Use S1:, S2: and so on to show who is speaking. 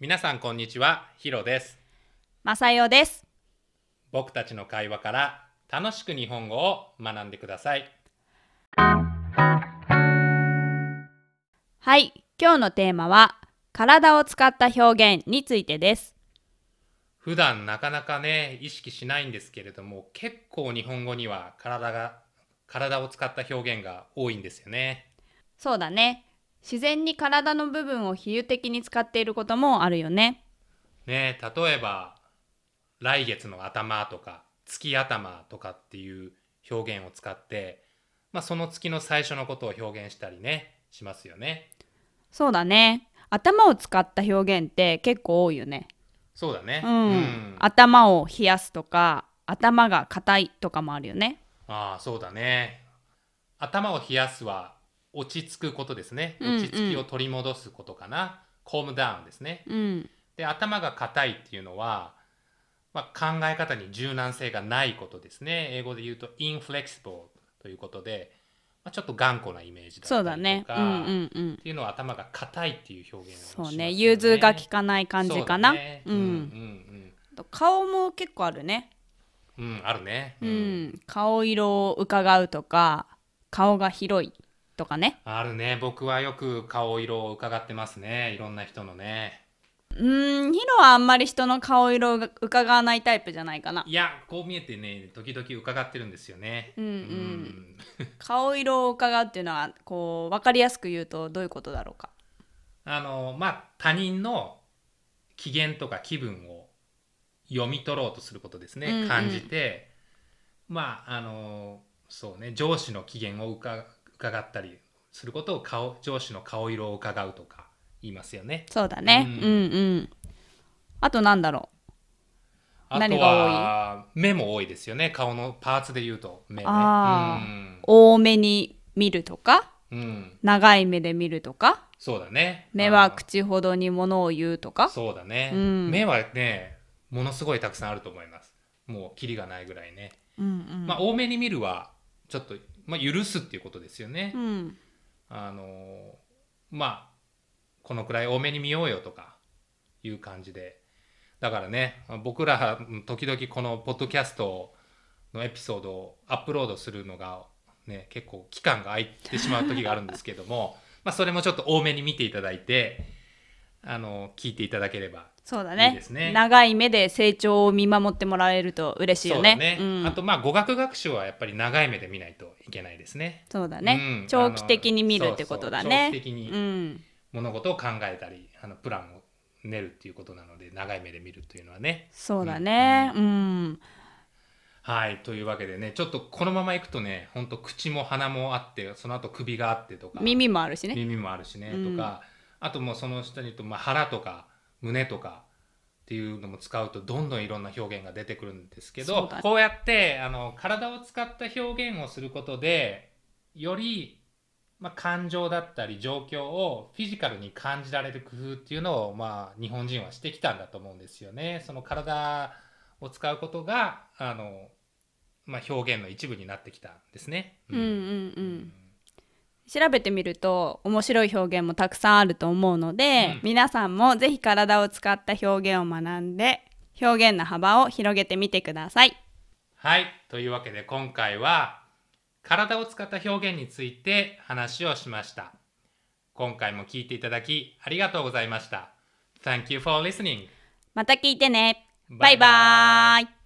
S1: 皆さんこんにちはヒロです
S2: マサヨです。
S1: 僕たちの会話から楽しく日本語を学んでください
S2: はい、今日のテーマは体を使った表現についてです。
S1: 普段なかなかね意識しないんですけれども結構日本語には体が体を使った表現が多いんですよね
S2: そうだね。自然に体の部分を比喩的に使っていることもあるよね。
S1: ね例えば来月の頭とか月頭とかっていう表現を使って、まあ、その月の最初のことを表現したりねしますよね
S2: そうだね。頭を使った表現って結構多いよね。
S1: そうだね
S2: うん。頭を冷やすとか、頭が硬いとかもあるよね。
S1: ああそうだね頭を冷やすは落ち着くことですね
S2: うんうん
S1: 落ち着きを取り戻すことかな、コームダウンですね
S2: うん。
S1: で頭が硬いっていうのは、まあ、考え方に柔軟性がないことですね英語で言うと inflexible ということで、まあ、ちょっと頑固なイメージだったりとか
S2: そうだね。うんうんうん
S1: っ。ていうのは頭が硬いっていう表現をし
S2: そ
S1: ま
S2: う
S1: すよ
S2: ね。
S1: ね
S2: 融通が利かない感じかな。
S1: そううだね
S2: ん。
S1: うん
S2: 顔も結構あるね。
S1: うんうんうんあるね
S2: うん、顔色を伺うとか顔が広いとかね
S1: あるね僕はよく顔色を伺ってますねいろんな人のね
S2: うんヒロはあんまり人の顔色を伺わないタイプじゃないかない
S1: やこう見えてね時々伺ってるんですよね
S2: うんうん
S1: ん
S2: 顔色を伺うっていうのはこう分かりやすく言うとどういうことだろうか
S1: あのまあ他人の機嫌とか気分を読み取ろうとすることですね、
S2: うんうん
S1: 感じてまああのそうね上司の機嫌をうか伺ったりすることを顔上司の顔色を伺うとか言いますよね。
S2: そうだね、
S1: う
S2: うんん、うんあとなんだろ
S1: あと
S2: 何
S1: は
S2: が
S1: 目も多いですよね顔のパーツで言うと目ね。
S2: あう多めに見るとか
S1: うんうん、
S2: 長い目で見るとか
S1: そうだね。
S2: 目
S1: あ
S2: は
S1: ー
S2: 口ほどにものを言うとか
S1: そうだね、
S2: うん
S1: 目はねものすごいたくさんあると思いますもうキリがないぐらいね、
S2: うんうん、
S1: まあ多めに見るはちょっと、まあ、許すっていうことですよね、
S2: うん、
S1: あのーまあこのくらい多めに見ようよとかいう感じでだからね僕らうん時々このポッドキャストのエピソードをアップロードするのがね結構期間が空いてしまう時があるんですけども まあそれもちょっと多めに見ていただいてあの聞いていただければ
S2: そうだね
S1: いいですね
S2: 長い目で成長を見守ってもらえると嬉しい
S1: そ
S2: よ
S1: うだ
S2: ね
S1: ね、
S2: うん
S1: あとまあ語学学習はやっぱり長い目で見ないといけないですね。
S2: そうだね、
S1: うん
S2: 長期的に見るってことだね
S1: あのそうそう長期的に
S2: うん、
S1: 物事を考えたりあのプランを練るっていうことなので長い目で見るというのはね。
S2: そうだねうん、
S1: はいというわけでねちょっとこのままいくとねほんと口も鼻もあってその後首があってとか
S2: 耳もあるしね
S1: 耳もあるしね、
S2: うん
S1: とかあともうその下に言うと、まあ、腹とか胸とかっていうのも使うとどんどんいろんな表現が出てくるんですけ
S2: そ
S1: ど、
S2: うだね
S1: こうやってあの体を使った表現をすることでより、まあ、感情だったり状況をフィジカルに感じられる工夫っていうのを、まあ、日本人はしてきたんだと思うんですよね。その体を使うことがあの、まあ、表現の一部になってきたんですね。
S2: うんうんうん調べてみると面白い表現もたくさんあると思うので、
S1: うん
S2: 皆さんもぜひ体を使った表現を学んで表現の幅を広げてみてください
S1: はい、というわけで今回は体を使った表現について話をしました。今回も聞いていただきありがとうございました。Thank you for listening.
S2: また聞いてね
S1: バイバイ
S2: バイバーイ